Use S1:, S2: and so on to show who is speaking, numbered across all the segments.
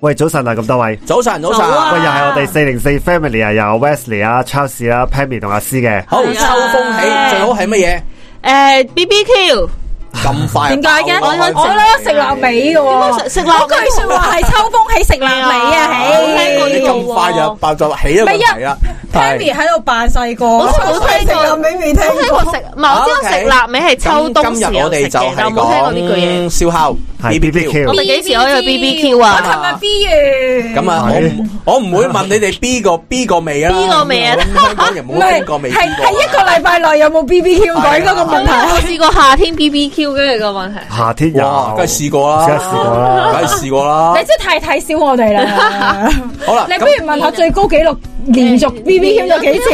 S1: 喂，早晨啊，咁多位。
S2: 早晨，早晨，
S3: 早啊
S1: 喂，又係我哋四零四 family 啊，有 Wesley 啊、Charles 啊、Pammy 同阿詩嘅。
S2: 好秋
S3: 係啊
S2: 風起，最好係乜嘢？
S3: 诶 Ờ, B B Q，
S2: 咁
S4: Ờ,
S2: 快啊
S3: 點解嘅
S2: 爆哎開
S3: 我啊
S2: 正
S3: 我
S4: 我咧食臘味嘅喎。
S3: 食
S4: 嗰
S3: 辣
S4: 句説話係秋風起食臘味啊，
S3: 係啊
S4: 唉
S3: 我
S2: 哎你
S3: 聽過呢個
S2: 咁快就爆就起一個問
S3: 啊
S2: 題啦，啊
S4: Pammy 喺度扮細個，
S3: 我真係冇聽過
S4: 食臘味未聽
S3: 我聽過
S4: 過。
S3: 食，唔係我知道食辣味係秋冬時
S2: 咁今日
S3: 候
S2: 我
S3: 食
S2: 哋就
S3: 嘅，但
S2: 係
S3: 我冇聽過呢句嘢。
S2: 講燒烤
S1: 係 BBQ
S3: 我哋幾時可以去 B B Q à. 啊？
S4: 我琴日 B 完，
S2: 咁啊，我唔我唔會問你哋 B 個 B 個味啊
S3: B 個味啊
S2: 咁香港人
S4: 唔
S2: 冇
S4: 係
S2: 聽過啊味，
S4: 係係一個禮拜內有冇 B B Q 改嗰個問題。
S3: 我試過夏天 B B Q 跟住個問題。
S1: 夏天有，
S2: 哇，梗係試過啦，
S1: 梗係試過啦
S2: 梗係試過啦
S4: 你。真係太睇小我哋啦！
S2: 好啦，
S4: 你不
S2: 咁
S4: 如問下最高紀錄連續 B B Q 咗幾次？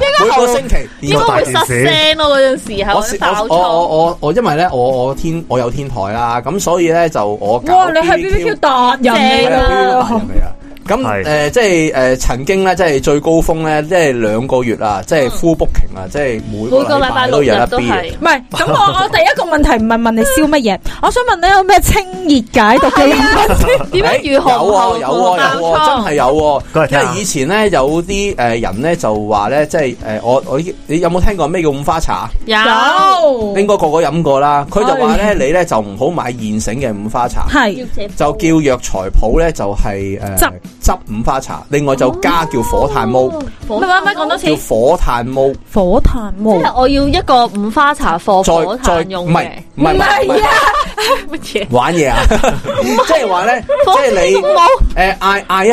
S2: 每個星期
S3: 應該會失聲咯，嗰陣時候
S2: 我
S3: 或
S2: 我
S3: 者爆
S2: 我我
S3: 粗。
S2: 我我因為咧，我我天我有天台啦，咁所以咧就我搞
S4: 哇！你係 B B Q 達人
S2: 係
S4: 嚟
S3: 正
S2: 啊
S4: 啊！
S2: ，BBQ 嚟啊。咁
S1: 係
S2: 誒，即係誒曾經咧，即係最高峰咧，即係兩個月啊，即係 full booking 啊，即係每
S3: 每
S2: 個
S3: 個
S2: 禮
S3: 禮
S2: 拜
S3: 拜
S2: 都
S3: 六
S2: 有得
S3: 日都
S2: B 嘅
S3: 係。
S4: 唔係，咁 我我第一個問題唔係問你燒乜嘢，我想問你有咩清熱解毒嘅飲品先？
S3: 點樣如何
S2: 有啊有啊有啊，真係
S3: 係
S2: 有喎。
S1: 講嚟聽下
S2: 因為以前咧有啲誒人咧就話咧，即係誒我我你有冇聽過咩叫五花茶？
S3: Dạ. 有
S2: 應 該
S4: 有
S2: 個個飲過啦。佢就話咧，你咧就唔好買現成嘅五花茶。
S4: 係
S2: 就叫藥材鋪咧，就係誒
S4: 汁
S2: 汁五花茶，另外就
S3: 哦
S2: 加叫火炭毛，
S3: 火
S4: 乜乜乜講多次
S2: 叫火炭毛，
S4: 火炭毛
S3: 即係我要一個五花茶貨
S2: 再
S3: 火炭
S2: 再
S3: 用
S2: 唔
S3: 嘅
S2: 係唔係唔係唔係
S3: 乜嘢？
S2: 玩嘢啊！即係話咧，即
S3: 火
S2: 係你
S3: 都冇
S2: 誒嗌嗌一一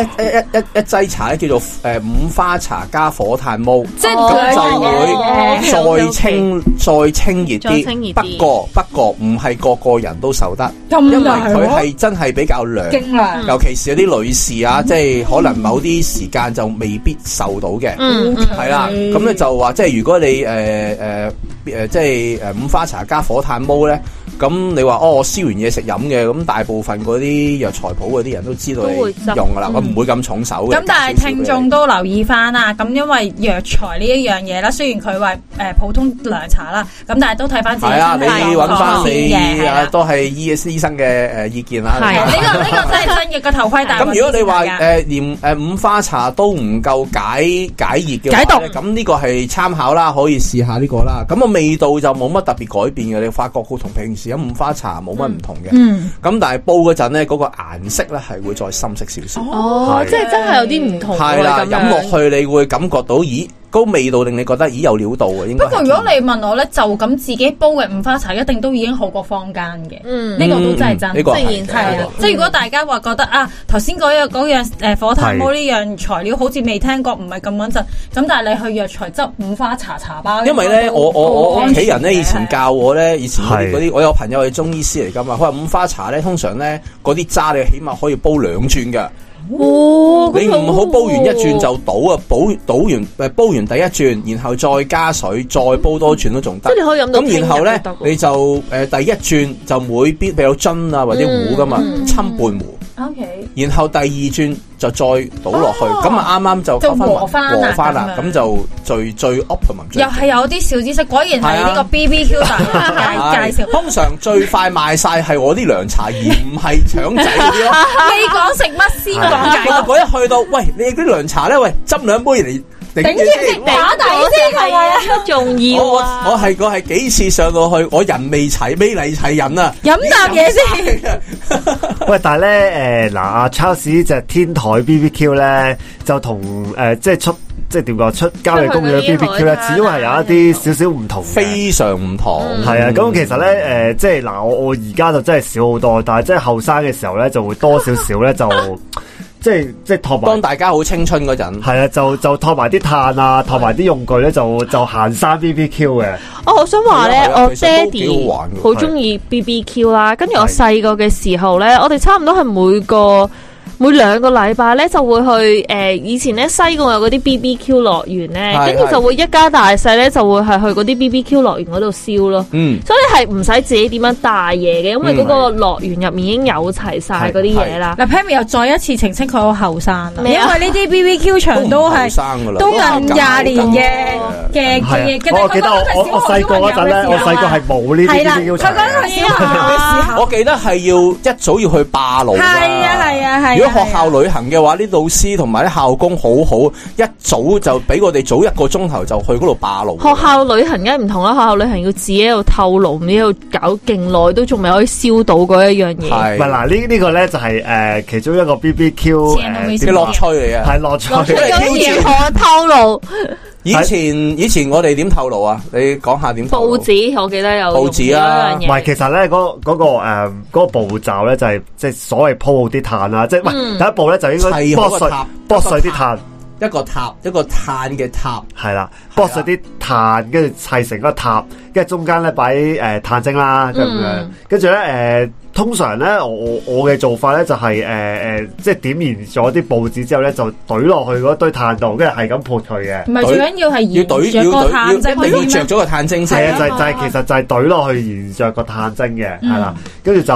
S2: 一一一劑茶咧，叫做誒五花茶加火炭毛，
S4: 即係
S2: 咁就
S4: 兩樣嘢
S2: 會再清再清熱
S3: 再清熱
S2: 啲。
S3: 啲
S2: 不過不過唔係個個人都受得，
S4: 咁
S2: 因為
S4: 又
S2: 佢
S4: 係
S2: 係真係比較涼。
S4: 經啦，
S2: 尤其是有啲女士啊，即係可能某啲時間就未必受到嘅，
S3: 嗯嗯
S2: 係啦。咁咧就話即係如果你呃誒誒誒呃即係誒五花茶加火炭毛咧，咁你話哦我燒完嘢食飲嘅，咁大部分嗰啲藥材鋪嗰啲人都知道你
S3: 都會執
S2: 用噶啦，
S3: 嗯
S2: 我唔會咁重手嘅。
S4: 咁但係聽眾都留意翻啦，咁因為藥材呢一樣嘢啦，雖然佢話誒普通涼茶啦，咁但係都睇翻自己
S2: 係啊，
S4: 身
S2: 你
S4: 體狀
S2: 揾翻
S4: 況先
S2: 你
S4: 嘅，係
S2: 啊
S4: 啦，
S2: 都係醫醫生嘅誒意見啦。
S3: 係
S4: 嗯係呢個呢個真係真嘅個頭盔大。
S2: 咁如果你話
S4: 啊
S2: 誒、連誒五花茶都唔夠解解熱嘅
S4: 解
S2: 話
S4: 毒
S2: 咧，咁呢個係參考啦，可以試下呢個啦。咁個啊味道就冇乜特別改變嘅，你發覺佢同平時飲五花茶冇乜唔同嘅。咁、
S4: 嗯
S2: 但係煲嗰陣咧，嗰、個顏色咧係會再深色少少。
S3: 哦，
S1: 係
S3: 即係真係有啲唔同喎
S2: 係啦，
S3: 咁
S2: 飲落
S3: 樣。
S2: 去你會感覺到，咦，嗰個味道令你覺得，咦，有料到嘅應該係。
S4: 不過如果你問我咧，就咁自己煲嘅五花茶一定都已經好過坊間嘅，
S3: 嗯
S4: 呢個都真係真
S2: 嗯嗯呢個係
S3: 即係現
S2: 嘅
S3: 實
S4: 係
S2: 呢
S4: 啊
S2: 個，
S4: 即係如果大家話覺得啊，頭先嗰樣嗰樣誒火炭毛呢樣材料好似未聽過，唔係咁穩陣，咁但係你去藥材執五花茶茶包，
S2: 因為咧，我我我屋企人咧以前
S4: 教
S2: 教我咧，以前嗰啲
S1: 係
S2: 嗰啲，我有朋友係中醫師嚟噶嘛，佢話五花茶咧，通常咧嗰啲渣你起碼可以煲兩轉噶，
S3: 哦，咁
S2: 你唔好煲完一轉
S3: 喎
S2: 就倒啊，煲倒完誒煲完第一轉，然後再加水，再煲多轉都仲得
S3: 即係。你可以飲到
S2: 咁然後咧
S3: 聽日都，得喎
S2: 你就誒、第一轉就每邊俾有樽啊或者壺噶嘛，
S3: 嗯
S2: 侵半壺，
S4: ，O K，
S2: 然後第二轉就再倒落去，
S4: 哦
S2: 咁啊啱啱就
S4: 就和
S2: 翻
S3: 啊
S4: 返啦
S2: 和翻啦，
S4: 咁
S2: 咁
S4: 樣
S2: 就最最 optimum 最
S4: 又係有啲小知識，果然係呢
S2: 係啊
S4: 個 B B Q 大介介紹。
S2: 通常最快賣晒係我啲涼茶，而唔係腸仔嗰 啲咯。
S4: 未講食乜先講解
S2: 我嗰一去到，喂，你啲涼茶咧，喂，斟兩杯嚟頂住先。
S4: 打底先係咪啊？
S3: 重要
S2: 我我
S3: 啊！
S2: 哦我係我係幾次上到去，我人未齊，未嚟齊人啊！
S4: 飲啖嘢先，
S1: 喂，但係咧，誒嗱，阿 Charles 隻天台 BBQ 咧，就同誒即係出即係點講出郊野公園嘅
S3: 出去嗰啲
S1: BBQ 咧，
S3: 海灘
S1: 始終係有一啲少少唔同嘅。
S2: 非常唔同，
S1: 係啊，咁其實咧，誒、即係嗱，我我而家就真係少好多，但係即係後生嘅時候咧，就會多少少咧，就即係即係托
S2: 嗯當
S1: 埋，
S2: 大家好青春嗰陣，
S1: 係啊，就就托埋啲炭啊，托埋啲用具咧，就就行山 B B Q 嘅，
S3: 哦，我想話
S2: 係
S3: 咧，
S2: 啊
S3: 我
S2: 其
S3: 爹
S2: 實都幾好玩
S3: 哋
S2: 㗎
S3: 好中意 B B Q 啦，跟住我細個嘅時候咧，我哋差唔多係每個每兩個禮拜咧就會去誒、呃以前咧西貢有嗰啲 B B Q 樂園咧，
S2: 係
S3: 跟住
S2: 係
S3: 就會一家大細咧就會係去嗰啲 B B Q 樂園嗰度燒咯。
S2: 嗯，
S3: 所以係唔使自己點樣帶嘢嘅，因為
S2: 嗯
S3: 嗰個樂園入面已經有齊晒嗰啲嘢啦。
S4: 嗱 Pammy 又再一次澄清佢好後生啦，因為
S3: 咩啊
S4: 呢啲 BBQ
S2: 都
S4: 場
S2: 唔
S4: 都
S2: 後
S4: 係
S2: 生噶啦，
S4: 都
S2: 嗯係
S4: 近廿年嘅嘅
S1: 係
S4: 嘅嘅，
S1: 啊，我記得我我我細個嗰陣咧，我細個係冇呢啲 B
S4: 啊係啦，
S1: B Q
S2: 啊
S4: 佢嗰陣係小朋友嘅時候，
S2: 我記得係要一早要去霸路㗎，
S4: 啊係啊係啊啊，係啊。
S2: 如果學校旅行嘅話，啲老師同埋啲校工好好，一早就俾我哋早一個鐘頭就去嗰度霸爐。
S3: 學校旅行梗係唔同啦，學校旅行要自己喺度透露，唔知喺度搞勁耐都仲未可以燒到嗰一樣嘢。
S1: 唔係
S2: 係
S1: 嗱，呢呢個咧就係誒其中一個 BBQ
S4: 正啊美
S2: 嘅
S4: 食
S1: 誒
S2: 樂趣嚟嘅。
S1: 係樂趣
S3: 落咗
S2: 嚟
S3: 咁如何透露？
S2: 以前以前我哋點透露啊？你講下點透露啊
S3: 報？紙我記得有
S2: 報紙啊
S3: 用
S1: 唔係，
S3: 咗一樣嘢
S1: 其實咧嗰嗰個呃誒嗰、個步驟咧就係即係所謂鋪好啲炭啦，即係、喂
S4: 嗯
S1: 第一步咧就應該
S2: 砌好
S1: 剝
S2: 個
S1: 碎
S2: 塔
S1: 剝碎啲炭，
S2: 一個塔，一個碳嘅塔，
S1: 係啦，剝碎啲炭，跟住砌成個塔，跟住中間咧擺誒炭精啦咁樣
S3: 嗯，
S1: 跟住咧誒通常咧我我我嘅做法咧就係誒誒即係點燃咗啲報紙之後咧就懟落去嗰堆炭度，跟住係咁潑佢嘅。
S4: 唔係最緊要係
S2: 要
S4: 沿
S2: 懟
S4: 著
S2: 要
S4: 個
S2: 懟要
S4: 探
S2: 一
S4: 仔
S2: 定要着咗個碳精
S1: 系
S2: 先
S1: 啊，就係
S3: 啊
S1: 就係其實就係懟落去燃着個炭精嘅，係啦，跟住就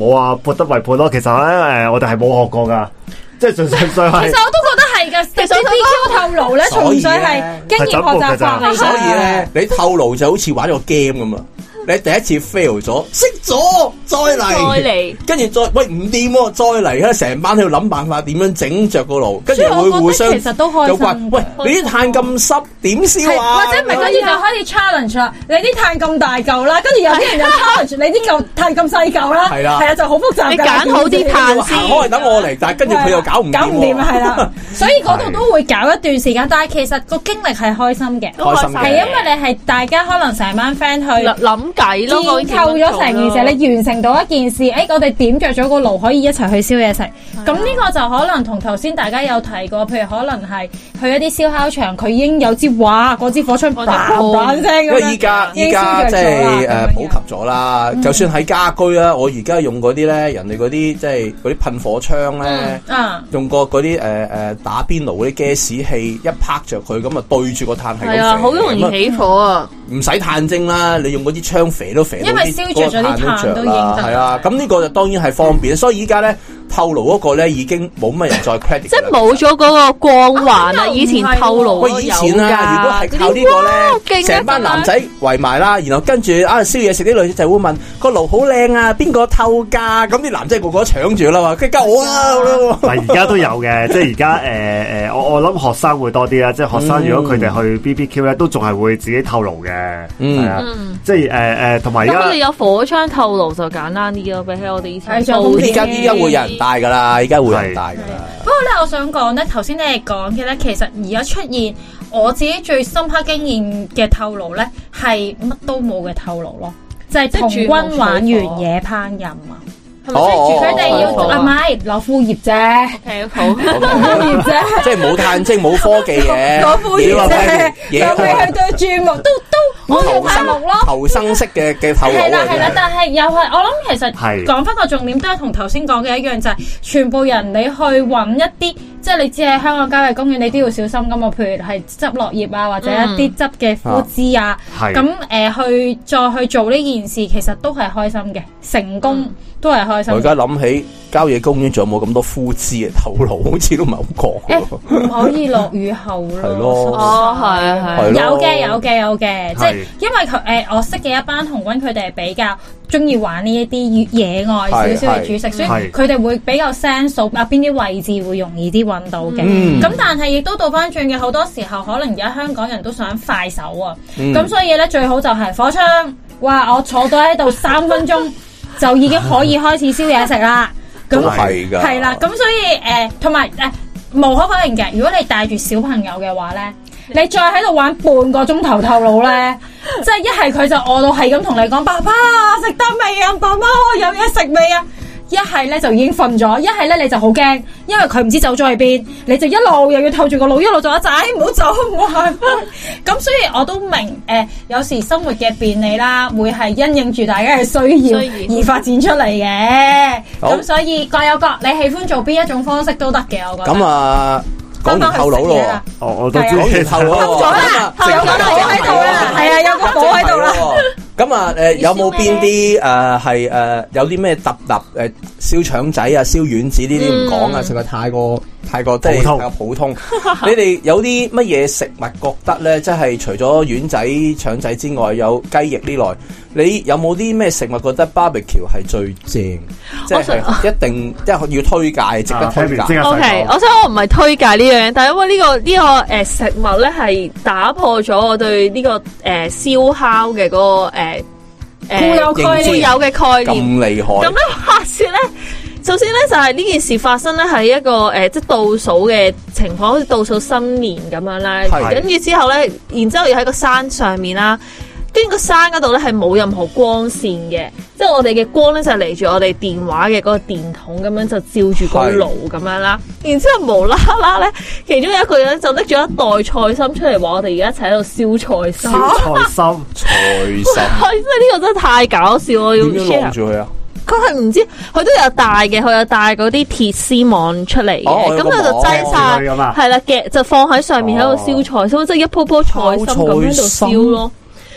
S1: 冇話潑得為潑咯。其實咧，诶，我哋係冇學過噶，即係純粹粹
S4: 其
S1: 係
S4: 實我都覺得係㗎，其實 BBQ 透露咧，
S2: 所
S4: 純
S2: 以
S4: 粹
S2: 呢
S4: 係經
S1: 係
S4: 驗
S1: 走步
S4: 學
S1: 㗎
S4: 習
S1: 咋
S4: 法嚟㗎。
S2: 所以咧，你透露就好似玩咗個 game 咁啊！你第一次 fail 咗，識咗再
S3: 再
S2: 嚟，
S3: 嚟。
S2: 跟住再喂唔掂喎，再嚟啦！成班喺度諗辦法點樣整着個爐，跟住
S4: 所以
S2: 會
S4: 我覺得
S2: 互相
S4: 其實都開
S2: 有話
S4: 心
S2: 喂，你啲炭咁濕，點燒啊？
S4: 係或者唔係，跟住就開始 challenge 啦。你啲炭咁大嚿啦，跟住有啲人又 challenge 你啲嚿炭咁細嚿啦，
S2: 係啦
S4: 係啊，就好複雜㗎。
S3: 你揀好啲炭
S2: 佢話行開等我嚟，但係跟住佢又搞唔
S4: 搞唔掂啊，係啦，所以嗰度都會搞一段時間，但係其實個經歷係開心嘅，
S2: 開心嘅
S4: 係因為你係大家可能成班 friend 去。
S3: 諗計咯，我已經
S4: 建構咗成件事，你完成到一件事，誒、我哋點着咗個爐，可以一齊去燒嘢食。
S3: 啊
S4: 咁呢個就可能同頭先大家有提過，譬如可能係去一啲燒烤場，佢已經有支哇，嗰支火槍砰
S3: 我就
S4: 砰聲
S2: 因
S4: 咁
S2: 為
S4: 樣
S2: 依家
S4: 已經
S2: 依家
S4: 燒
S2: 即
S4: 着咗啦
S2: 係誒
S4: 咁樣嗯
S2: 普及咗啦，就算喺家居啦，我而家用嗰啲咧，人哋嗰啲即係嗰啲噴火槍咧，
S4: 啊，
S2: 用過嗰啲誒誒打邊爐嗰啲 gas 器一拍着佢，咁啊對住個炭係咁
S3: 係啊，
S2: 射
S3: 好容易
S2: 咁啊
S3: 起火啊！
S2: 唔使炭精啦，你用嗰支槍肥都肥到啲，
S4: 因為燒着咗啲炭都已經得
S2: 嗰個炭係啊，咁呢個就當然係方便，所以依家咧透露嗰個咧已經冇乜人 再 credit，
S3: 即
S2: 㗎
S3: 係
S2: 啦
S3: 冇咗嗰個光環
S4: 啊
S3: 啦，
S4: 咁又唔
S3: 以前透露
S2: 喂，以前啊，如果係靠呢個咧，成班男仔圍埋啦，然後跟住啊燒嘢食啲女仔就會問個爐好靚啊，邊個透㗎？咁啲男仔個個都搶住啦嘛，跟住我啊
S1: 唔係而家都有嘅， 即係而家诶诶，我我諗學生會多啲啦，即係學生如果佢哋去 BBQ 咧，都仲係會自己透露嘅，
S2: 嗯
S1: 係啊，即係诶诶，同埋
S3: 咁我
S1: 而
S3: 哋
S1: 家。
S3: 有火槍透露就簡單啲咯，比起我哋以前
S4: 係就
S3: 報
S4: 好
S3: 紙
S2: 依家依家會有人帶㗎啦，依家會有人帶㗎 啦，
S4: 不過咧，我想講咧，頭先你哋講嘅咧，其實而家出現我自己最深刻經驗嘅透露咧，係乜都冇嘅透露咯，就係同軍玩完野烹飪啊，
S3: 係咪
S2: 哦
S4: 佢哋要
S2: 哦
S4: 啊唔係攞副葉 啫，
S3: 係 好。
S4: 副葉啫。
S2: 即係冇炭精冇科技 嘅，
S4: 攞副
S2: 你話
S4: 葉
S2: 喂
S4: 啫，
S2: 嘢
S4: 就咪去對注目，都都我用
S2: 求
S4: 題
S2: 生
S4: 目咯。
S2: 求生式嘅嘅透露
S4: 係啦
S2: 啊，
S4: 係啦，但係又係我諗其實
S1: 係
S4: 講翻個重點都係同頭先講嘅一樣，就係、全部人你去揾一啲，即係你知喺香港郊野公園，你都要小心噶嘛。譬如係執落葉啊，或者一啲執嘅枯枝啊，
S1: 係
S4: 咁誒、呃去再去做呢件事，其實都係開心嘅，成功都係開心
S2: 我而
S4: 嘅。
S2: 家諗起郊野公園仲有冇咁多枯枝嘅透露，好似都唔係好覺喎。
S4: 唔可以落雨後咯，
S2: 係咯
S4: 濕晒
S3: 哦係係
S2: 係咯
S4: 有嘅有嘅有嘅，即係
S1: 係
S4: 因為佢誒我識嘅一班紅軍，佢哋係比較中意玩呢一啲野外少
S2: 係
S4: 少嘅主食，所以
S1: 係
S4: 佢哋會比較 sense 到啊邊啲位置會容易啲揾到嘅。
S2: 嗯
S4: 咁但係亦都倒翻轉嘅，好多時候可能而家香港人都想快手啊，
S2: 嗯
S4: 咁所以咧最好就係火槍，哇！我坐到喺度三 分鐘就已經可以開始燒嘢食啦。咁
S2: 都係㗎
S4: 係啦，咁所以誒，同埋誒無可否認嘅，如果你帶住小朋友嘅話
S3: 嗯
S4: 咧。你再喺度玩半個鐘頭透 露咧，即係一係佢就餓到係咁同你講：爸爸食得未啊？爸爸我有嘢食未啊？一係咧就已經瞓咗，一係咧你就好驚，因為佢唔知走咗去邊，你就一路又要透住個腦，一路就話仔唔好走，唔好行開。咁所以我都明誒、有時生活嘅便利啦，會係因應住大家嘅需要
S3: 需要
S4: 而發展出嚟嘅。
S2: 好
S4: 咁所以各有各，你喜歡做邊一種方式都得嘅，我覺得。
S2: 咁啊，講完透露咯喎。
S1: 我我都知
S4: 係啊
S2: 講完透
S1: 啦
S2: 咯喎，
S4: 咗啦
S2: 咁啊
S4: 有個火喺度啦係啊有個火喺度啦。
S2: 咁啊，誒有冇邊啲誒係誒有啲咩特特誒燒腸仔啊、燒丸子呢啲唔講啊，
S3: 嗯
S2: 實在太過太過即係
S1: 普通
S2: 太過普 通。你哋有啲乜嘢食物覺得咧，即係除咗丸仔、腸仔之外，有雞翼呢類，你有冇啲咩食物覺得 barbecue 係最正？即
S3: 我想
S2: 係一定即係要推介，值得
S1: 啊
S2: 推
S1: Henry，即
S2: 介。
S1: 刻
S3: O、k
S1: 上
S3: 我想我唔係推介呢樣嘢，但係因為呢、個呢、個呃食物咧係打破咗我對呢、個诶燒烤嘅嗰、個呃诶
S4: 固有概
S3: 固
S4: 念
S3: 有嘅概
S2: 咁厲
S3: 念。咁
S2: 害，
S3: 咧話说咧，首先咧就係呢件事發生咧喺一個诶、呃即系倒數嘅情況，好似倒數新年咁樣啦。
S2: 係
S3: 跟住之後咧，然之后要喺個山上面啦。跟住個山嗰度咧係冇任何光線嘅，即係我哋嘅光咧就係嚟住我哋電話嘅嗰個電筒咁樣就照住個
S2: 係
S3: 爐咁樣啦。然之後無啦啦咧，其中有一個人就拎咗一袋菜心出嚟話我哋而家一齊喺度燒菜心，
S1: 小菜 心。
S2: 菜心
S3: 係真係呢個真係太搞笑，我要
S2: 點樣
S3: share
S2: 晾。住佢啊？
S3: 佢係唔知，佢都有帶嘅，佢有帶嗰啲鐵絲網出嚟嘅，
S2: 哦我
S3: 咁
S2: 有個
S3: 佢、就
S2: 網
S3: 擠晒，
S1: 咁啊
S3: 係啦嘅，就放喺上面喺
S2: 哦
S3: 度燒菜心，即係一樖樖菜心咁樣度
S2: 烤菜
S3: 燒
S2: 心
S3: 咯。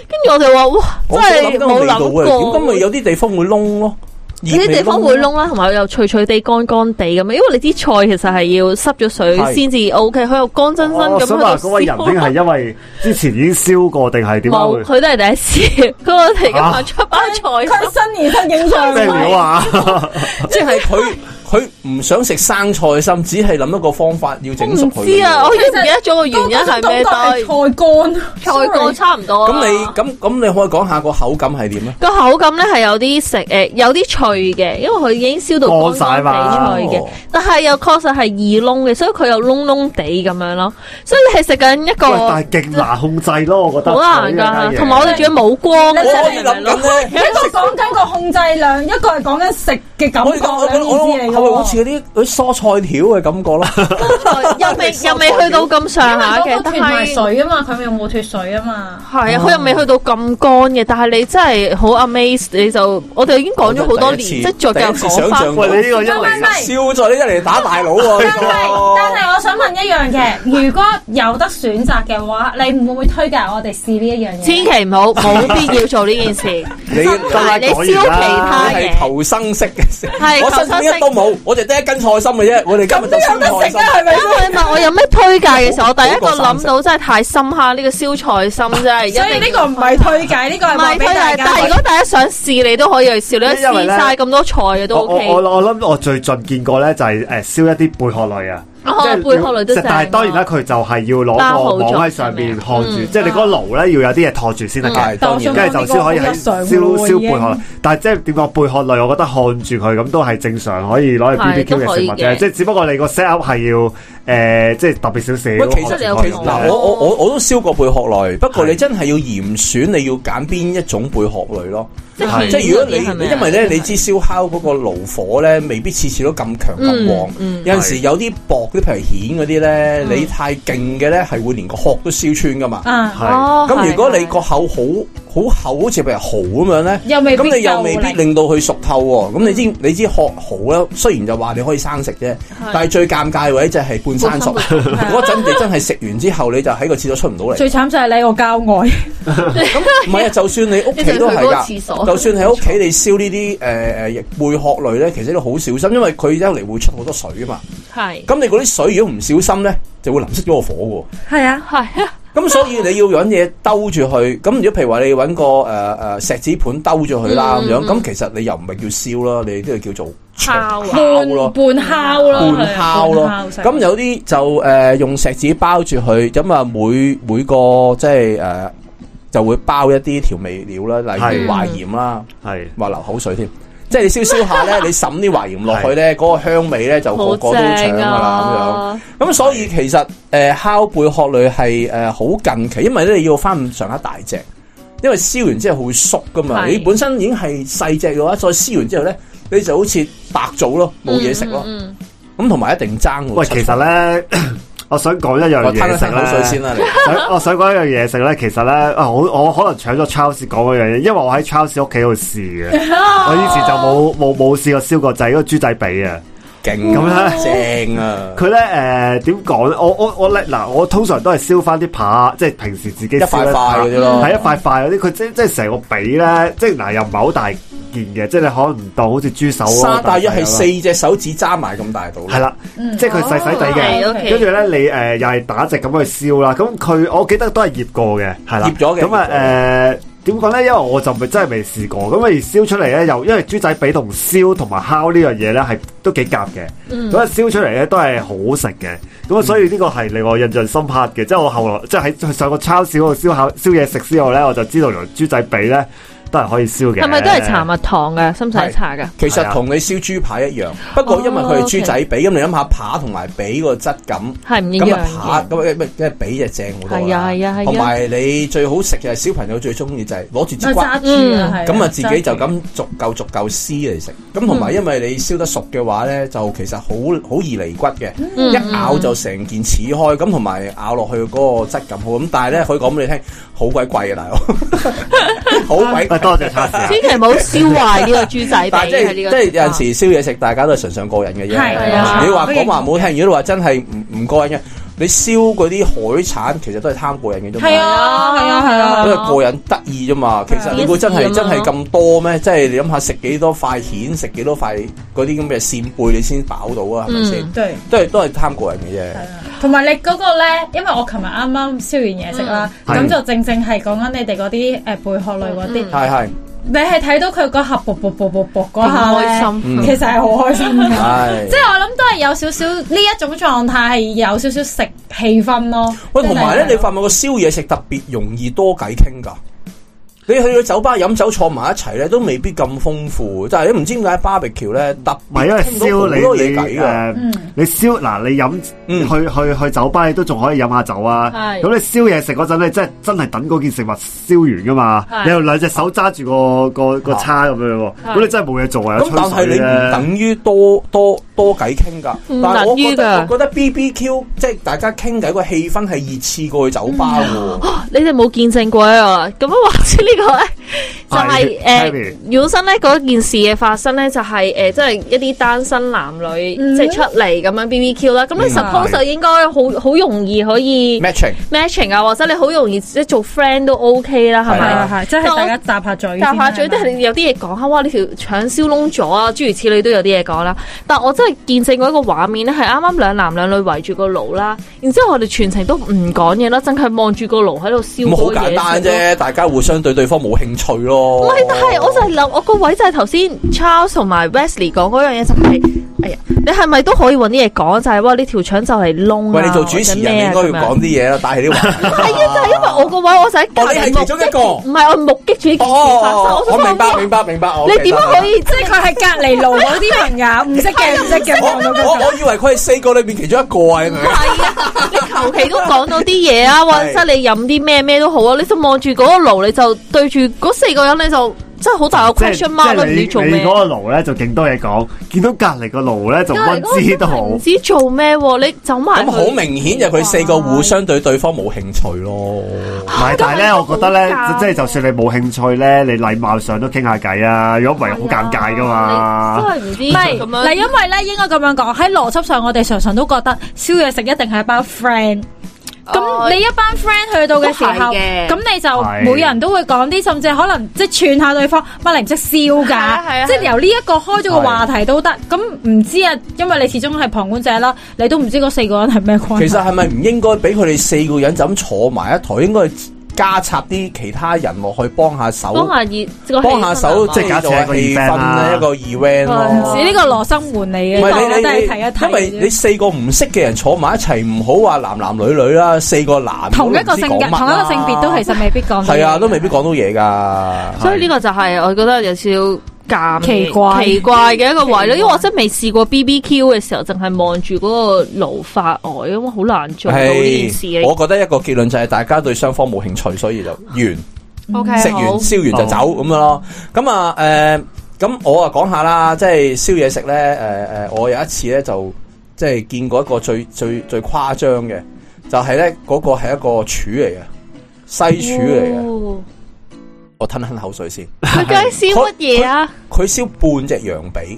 S3: 跟住我哋話：哇，
S2: 我
S3: 真
S2: 諗
S3: 係
S2: 緊個
S3: 冇
S2: 味道會係點咁咪
S3: 諗過。
S2: 有啲地方會燶咯，有
S3: 有啲地
S2: 啊
S3: 方會燶啦，同埋又脆脆地、乾乾地咁樣，因為你啲菜其實係要濕咗
S2: 係哦
S3: 水先至 O K，佢又乾真真
S1: 我
S3: 咁
S1: 哦想話
S3: 喺
S1: 嗰
S3: 度
S1: 位仁兄係
S3: 燒。
S1: 因為之前已經燒過定係點解
S3: 冇，
S1: 會？
S3: 佢都係第一次，佢我哋咁
S2: 啊
S3: 行出包菜
S4: 佢
S3: 心，
S4: 新年新影相
S1: 咩料
S4: 啊！
S1: 啊？
S2: 即係佢佢唔想食生菜心，只係諗一個方法要
S3: 我
S2: 整熟
S3: 唔
S2: 佢。
S3: 知啊，我已經唔
S4: 其實
S3: 記得咗個原因係咩，但係
S4: 係菜
S3: 菜
S4: 乾，
S3: 個差唔
S4: 啊
S3: 多啦
S2: 咁你咁咁你可以講下個口感係點咧？
S3: 個口感咧係有啲食诶、有啲脆嘅，因為佢已經燒到
S1: 乾晒
S3: 乾乾
S1: 嘛
S3: 地脆嘅
S2: 哦，
S3: 但係又確實係易燶嘅，所以佢又燶燶地咁樣咯。所以你係食緊一個
S1: 喂，但係極難控制咯，我覺得。
S3: 好難
S1: 呢樣嘢
S3: 㗎，同埋我哋仲要冇光
S4: 你
S2: 我
S4: 真
S2: 可
S4: 係
S2: 以
S3: 嘅，
S2: 諗
S3: 咯。
S2: 緊咧。
S4: 一個講緊個控制量，一個係講緊食嘅感
S2: 我
S4: 覺，
S2: 我
S4: 兩
S2: 我
S4: 件事嚟嘅
S2: 係咪好
S4: 喎。
S2: 似嗰啲嗰啲蔬菜條嘅感覺咯？
S3: 又未又未去到咁
S4: 因
S3: 上下
S4: 為
S3: 嘅
S4: 嗰，個
S3: 但
S4: 脱埋
S3: 係係
S4: 水啊嘛，佢又冇脱水啊嘛。
S3: 啊，佢又未去到咁乾嘅，但係你真係好 amaze，你就我哋已經講咗好多年，
S2: 第一
S3: 即
S2: 次
S3: 係再繼續
S2: 第一次
S3: 講
S2: 想
S3: 翻
S2: 像。
S1: 喂，你呢個一
S4: 唔係唔
S1: 嚟
S4: 係
S2: 燒咗呢一嚟打大佬喎！
S4: 但
S2: 呢個
S4: 係但係，我想問一樣嘅，如果有得選擇嘅話，你會唔會推介我哋試呢一樣嘢？
S3: 千祈唔 好，冇必要做呢件事。
S2: 你
S1: 得啦
S3: 你
S1: 講
S3: 燒
S1: 完
S3: 其
S1: 啦
S3: 他
S2: 你
S3: 嘢
S2: 係。求生式嘅，
S3: 係
S2: 我身上一都冇，我就得一根菜心嘅啫。我哋今日就燒菜心，
S4: 係咪
S3: 因為你問我有咩推介嘅時候，我第一個諗到真係太深刻呢個燒菜 心真係一定
S4: 所
S3: 要。
S4: 以呢個唔係推介，呢個係
S3: 唔
S4: 話
S3: 係
S4: 俾
S3: 推
S4: 大
S3: 介，
S4: 家
S3: 但係如
S4: 聽。
S3: 果大家想試，你都可以去試，你
S1: 因為
S3: 試
S1: 咧
S3: 晒咁多菜嘅都
S1: 我我
S3: OK。
S1: 我我諗我最盡見過咧就係誒燒一啲貝殼類啊，
S3: 哦
S1: 即係
S3: 貝殼類都
S1: 食
S3: 正
S1: 但係當然啦，佢就係要攞
S3: 包好
S1: 個
S3: 咗
S1: 網喺上邊
S3: 係咪
S1: 看住，
S3: 嗯
S1: 即係你嗰個爐咧要有啲嘢托住先得嘅
S2: 係。當然啦。
S1: 跟住就先可以喺燒燒貝殼類，但係即係點講貝殼類，我覺得看住佢咁都係正常可以攞嚟
S3: 係
S1: BBQ 嘅食物
S3: 都可以嘅
S1: 啫，即係只不過你個 set up 係要誒，即係特別少
S2: 喂，
S1: 少。
S2: 其實
S1: 可能
S3: 實你
S1: 先
S3: 有啊
S1: 可以
S3: 講
S1: 嘅
S2: 嗱，我我我我都燒過貝殼類，不過你真係要嚴選，你要揀邊一種貝殼類咯。
S1: 係
S2: 即係如果你
S3: 係咪啊
S2: 因為咧，你知燒烤嗰個爐火咧，未必次次都咁強咁旺。
S3: 嗯嗯嗯
S2: 有陣時有啲薄啲，譬如蜆嗰啲咧，你太勁嘅咧，係會連個殼都燒穿噶嘛。
S4: 啊，
S1: 係
S3: 哦
S2: 咁如果你個
S3: 係
S2: 口好好厚，好似譬如蠔咁樣咧，
S4: 又未必
S2: 咁你又未必
S4: 夠力
S2: 令到佢熟透喎。咁你知你知殼蠔咧，雖然就話你可以生食啫，但係最尷尬位就係半生熟。
S3: 半
S2: 嗰陣你真係食完之後，你就喺個廁所出唔到嚟。
S4: 最慘就係你個郊外，
S2: 唔係啊，就算你屋企都係
S3: 你就去嗰個廁
S2: 㗎，
S3: 所
S2: 就算喺屋企你燒呢啲誒誒貝殼類咧，其實都好小心，因為佢一嚟會出好多水啊嘛。
S3: 係
S2: 咁你嗰啲水如果唔小心咧，就會淋熄咗個火
S4: 係啊，
S3: 係啊，
S2: 喎。咁所以你要揾嘢兜住佢。咁如果譬如話你揾個誒誒石子盤兜住佢啦咁樣，咁其實你又唔係叫燒啦，你都係叫做
S3: 烤啊
S2: 烤咯。
S4: 半烤咯，
S2: 半
S4: 係啊
S2: 烤咯
S4: 半烤，食
S2: 咁有啲就誒、呃用石子包住佢，咁啊每每個即係誒、呃就會包一啲調味料啦，例
S1: 係
S2: 如淮鹽啦，
S1: 係
S2: 話流口水添。即係你燒燒下 咧，你滲啲淮鹽落去咧，嗰個香味咧就個
S3: 好
S2: 個都搶
S3: 正
S2: 噶啦
S3: 啊！
S2: 咁樣。咁所以其實誒、呃烤貝殼類係誒好近期，因為咧你要翻咁上下大隻，因為燒完之後會縮噶嘛。
S3: 係
S2: 你本身已經係細隻嘅話，再燒完之後咧，你就好似白做咯，冇嘢食咯。
S3: 嗯嗯
S2: 咁同埋一定爭喎。
S1: 喂，其實咧， 我想講一樣
S2: 我
S1: 嘢
S2: 攤一
S1: 食
S2: 攤口水先
S1: 咧。
S2: 啦，你
S1: 想 我想講一樣嘢食咧，其實咧，啊，我我可能搶咗 Charles 講嗰樣嘢，因為我喺 Charles 屋企度試嘅，我以前就冇冇冇試過燒過就係嗰個豬仔髀啊。
S2: 勁
S1: 咁
S2: 正啊！
S1: 佢咧誒點講咧？我我我咧嗱，我通常都係燒翻啲扒，即係平時自己
S2: 一塊
S1: 燒扒
S2: 塊嗰啲咯
S1: 係一塊塊嗰啲。佢即即係成個髀咧，即係嗱又唔係好大件嘅，即係你可能唔當好似豬手嗰個
S2: 沙大約
S1: 細
S2: 係
S1: 啦
S2: 四隻手指揸埋咁大度啦
S1: 係，啦，即係佢細細地
S3: 嗯哦
S1: 嘅，
S3: 係，OK
S1: 跟住咧你呃誒又係打直咁去燒啦。咁佢我記得都係醃過嘅，係啦，
S2: 醃咗嘅
S1: 咁啊
S2: 醃過
S1: 誒。點講咧？因為我就未真係未試過，咁你燒出嚟咧，又因為豬仔髀同燒同埋烤呢樣嘢咧，係都幾夾嘅。
S3: 嗯
S1: 咁啊燒出嚟咧都係好食嘅，咁啊所以呢個係令我印象深刻嘅。即係我後來即係喺上個超市嗰度燒烤燒嘢食之後咧，我就知道原來豬仔髀咧都係可以燒嘅。
S3: 係咪都係 茶蜜糖嘅，使唔使茶噶？
S2: 其
S1: 啊
S2: 實同你燒豬排一樣，不過因為
S3: 哦
S2: 佢係豬仔髀，咁你諗下扒同埋髀個質感。
S3: 係唔一
S2: 咁
S3: 樣
S2: 啊扒
S3: 嘅。
S2: 咁啊，咩即係髀就正好多
S3: 係啊
S2: 啦
S3: 係啊係啊
S2: 同埋你最好食就係小朋友最中意就係攞住支
S4: 就
S2: 骨，
S4: 揸住啊，係
S2: 咁啊自己就
S4: 揸住
S2: 咁逐嚿逐嚿撕嚟食。咁同埋因為你燒得熟嘅話咧，就其實好好易離骨嘅，
S3: 嗯
S2: 一咬就成件撕開。咁同埋咬落去嗰個質感好。咁但係咧，可以講俾你聽，好鬼貴嘅大佬，好
S1: 誒
S2: 鬼貴。
S1: 多謝超市啊。
S3: 千祈唔好燒壞呢個豬仔髀
S2: 但係即係
S3: 喺呢
S2: 即
S3: 個。
S2: 係有陣時燒嘢食，大家都係純上過癮嘅嘢。
S4: 係
S3: 啊
S2: 你話講話唔好聽，如果你話真係唔唔過癮嘅，你燒嗰啲海產其實都係貪過癮嘅啫嘛。
S4: 係啊係啊係啊
S2: 因為過癮得意啫嘛，其實你會真係
S3: 嗯
S2: 真係咁多咩？即係你諗下食幾多塊蜆，食幾多塊嗰啲咁嘅扇貝，你先飽到啊？係咪先
S3: 嗯？
S4: 對。
S2: 都係都係貪過癮嘅啫。
S4: 同埋你嗰個咧，因為我琴日啱啱燒完嘢食啦，
S1: 嗯
S4: 咁
S1: 係
S4: 就正正係講緊你哋嗰啲誒貝殼類嗰啲，
S2: 係係
S4: 你係睇到佢嗰盒啵啵啵啵啵嗰下
S3: 好開
S4: 咧，
S3: 心。
S2: 嗯
S4: 其實係好開心嘅。
S2: 係
S4: 即。係我諗都係有少少呢一種狀態係有少少食氣氛咯。
S3: 啊
S2: 喂，同埋咧，你
S4: 發
S2: 發唔發覺宵夜食特別容易多偈傾㗎？你去到酒吧飲酒坐埋一齊咧，都未必咁豐富。但係你唔知點解 barbecue 咧特
S1: 唔係
S2: 別
S1: 因為
S2: 傾到
S1: 燒
S2: 好多
S1: 你
S2: 嘢
S1: 你誒、
S2: 偈㗎。
S3: 嗯
S1: 你燒嗱你飲、
S2: 嗯
S1: 去去去酒吧你都仲可以飲下酒啊。
S3: 係
S1: 咁你燒嘢食嗰陣咧，真係真係等嗰件食物燒完噶嘛。
S3: 係
S1: 你又兩隻手揸住個個個叉咁樣喎，
S3: 係
S1: 咁你真係冇嘢做啊。有
S2: 咁但係
S1: 吹
S2: 你
S1: 水
S2: 唔
S1: 啫。
S2: 等於多多多偈傾㗎，
S3: 唔
S2: 但係我覺得
S3: 等於
S2: 我
S3: 㗎
S2: 覺得 BBQ 即係大家傾偈個氣氛係熱刺過去酒吧 喎。
S3: 哦你哋冇見證過啊！咁啊，話說呢個咧，就係、
S1: 係
S3: 诶，
S1: Terry
S3: 誒，本身咧嗰件事嘅發生咧，就係、诶，即係一啲單身男女、
S4: 嗯
S3: 即係出嚟咁樣 BBQ 啦。咁你
S2: 嗯
S3: suppose 就應該好好容易可以
S2: matching
S3: matching 啊，或者你好容易即係做 friend 都 OK 啦，係
S2: 係啊
S3: 咪？
S4: 係係，即係大家集下嘴先啦，
S3: 搭下嘴，即係
S4: 係
S3: 你有啲嘢講下，哇！呢條腸燒窿咗啊，諸如此類都有啲嘢講啦。但我真係見證過一個畫面咧，係啱啱兩男兩女圍住個爐啦，然之後我哋全程都唔講嘢啦，真係望住個爐喺度燒
S2: 咁好
S3: 嗰個嘢
S2: 簡單
S3: 食咯。
S2: 啫，大家互相對對方冇興趣咯。
S3: 唔係，但係我就係諗，我個位就係頭先 Charles 同埋 Wesley 講嗰樣嘢，就係、哎呀，你係咪都可以揾啲嘢講？就係、哇，呢條腸就係窿啊！
S2: 喂，你做主持人你應該要
S3: 或者咩啊
S2: 講啲嘢啦，帶起啲話題。
S3: 係啊，就係因為我個位，我就喺隔
S2: 哦你係
S3: 離
S2: 其中一個
S3: 目擊住唔係我目擊住呢件事發生，
S2: 哦，
S3: 想
S2: 我明白
S3: 話
S2: 明白明白。
S3: 你點樣可以即
S4: 即係佢係隔離路嗰啲朋友，唔識嘅唔識嘅，
S2: 我我我以為佢係四個裏邊其中一個啊，你 明唔明
S3: 係啊，你求其都講到啲嘢啊，或者你飲啲咩咩都好啊，你就望住嗰個爐，你就對住嗰四個人，你就真係好大個
S1: 即係即
S3: question mark 咯，
S1: 係
S3: 唔
S1: 你
S3: 知做咩
S1: 你。嗰個爐咧就勁多嘢講，見到隔離個爐咧就温知都好
S3: 唔。知做咩喎，你走埋
S4: 嗯
S2: 咁好明顯就佢四個互相對對方冇興趣咯。
S4: 哦
S1: 唔係，但係咧，我覺得咧
S3: 好尷，
S1: 即係就算你冇興趣咧，你禮貌上都傾下偈啊。如果唔係，好尷尬
S2: 啊
S1: 噶嘛。
S3: 真係唔
S4: 唔
S3: 知
S4: 係
S3: 咁
S4: 嗱，因
S3: 樣。
S4: 為咧應該咁樣講，喺邏輯上我哋常常都覺得宵夜食一定係一班 friend。咁
S3: 哦
S4: 你一班 friend 去到嘅時候，
S3: 都係嘅
S4: 咁
S1: 係
S4: 你就每人都會講啲，甚至可能即係串下對方，乜你唔識燒
S3: 係啊係
S4: 㗎，
S3: 啊
S4: 即係由呢一個開咗個
S1: 係
S4: 話題都得。咁唔知啊，因為你始終係旁觀者啦，你都唔知嗰四個人係咩關係。
S2: 其實係咪唔應該俾佢哋四個人就咁坐埋一台？應該加插啲其他人落去幫下手，
S3: 幫下熱，
S2: 幫
S4: 啊
S2: 下手，即
S1: 係
S2: 係做
S1: 假設係一個
S2: 氣
S1: event 啦
S2: 氛咧，一個 event
S4: 唔
S2: 咯。
S4: 止呢個羅生門嚟
S2: 唔
S4: 嘅，
S2: 係
S4: 我
S2: 你
S4: 都
S2: 你
S4: 係
S2: 你
S4: 睇
S2: 因為
S4: 一睇
S2: 你
S4: 啫。
S2: 四個唔識嘅人坐埋一齊，唔好話男男女女啦，四個男
S4: 同一個性格，同一個性別都其實未必講到嘢。
S2: 係啊，都未必講到嘢㗎。
S3: 所以呢個就係我覺得有少少。尷
S4: 奇怪
S3: 奇怪嘅一個位咯，因為我真係未試過 BBQ 嘅時候，淨係望住嗰個爐發呆，因為好難做到呢件事啊
S2: 係，我
S3: 嚟。
S2: 覺得一個結論就係大家對雙方冇興趣，所以就完。
S3: O K，
S2: 食完燒完就走咁樣咯。咁啊誒，咁、我啊講下啦，即係燒嘢食咧誒誒，呃我有一次咧就即係見過一個最最最誇張嘅，就係咧嗰個係一個柱嚟嘅西柱嚟嘅，
S4: 哦
S3: 嘅。
S2: 我吞吞口水先。
S3: 佢究竟燒乜嘢啊？
S2: 佢燒半隻羊髀，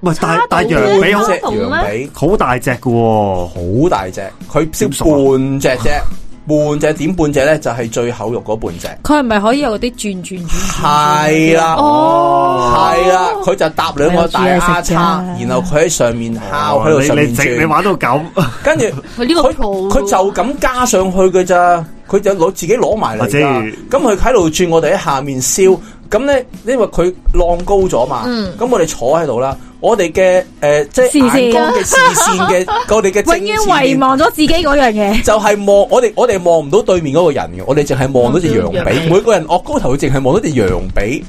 S1: 唔係，但係但係
S3: 叉
S1: 羊髀好
S2: 半
S3: 到
S2: 隻
S3: 叉到
S2: 羊髀
S1: 好大隻噶喎。
S2: 好大隻，佢燒半隻啫，半隻點半隻咧就係最厚肉嗰半隻，
S4: 佢係咪可以有啲轉轉轉轉？
S2: 係啦。
S3: 哦，
S2: 系啦，佢就搭兩個大
S4: 我有
S2: 丫
S4: 煮嘢食
S2: 叉，
S4: 㗎
S2: 然後佢喺上面烤，喺度
S1: 你
S2: 上
S1: 你
S2: 面
S1: 整你
S2: 轉，
S1: 玩到咁，
S2: 跟住
S3: 佢呢個
S2: 佢
S3: pro
S2: 佢就咁加上去嘅咋，佢就攞自己攞埋嚟
S1: 或者
S2: 㗎咁佢喺度轉，我哋喺下面燒。咁咧，因為佢浪高咗嘛，咁、
S3: 嗯
S2: 我哋坐喺度啦，我哋嘅誒即
S4: 視
S2: 係
S4: 線
S2: 眼光嘅視線嘅， 我哋嘅正
S4: 永遠
S2: 視
S4: 遺
S2: 面
S4: 忘咗自己嗰樣嘢。
S2: 就係望我哋，我哋望唔到對面嗰個人嘅，我哋淨係望到隻羊
S3: 羊
S2: 髀。
S3: 髀
S2: 每個人岳高頭，淨係望到隻羊髀。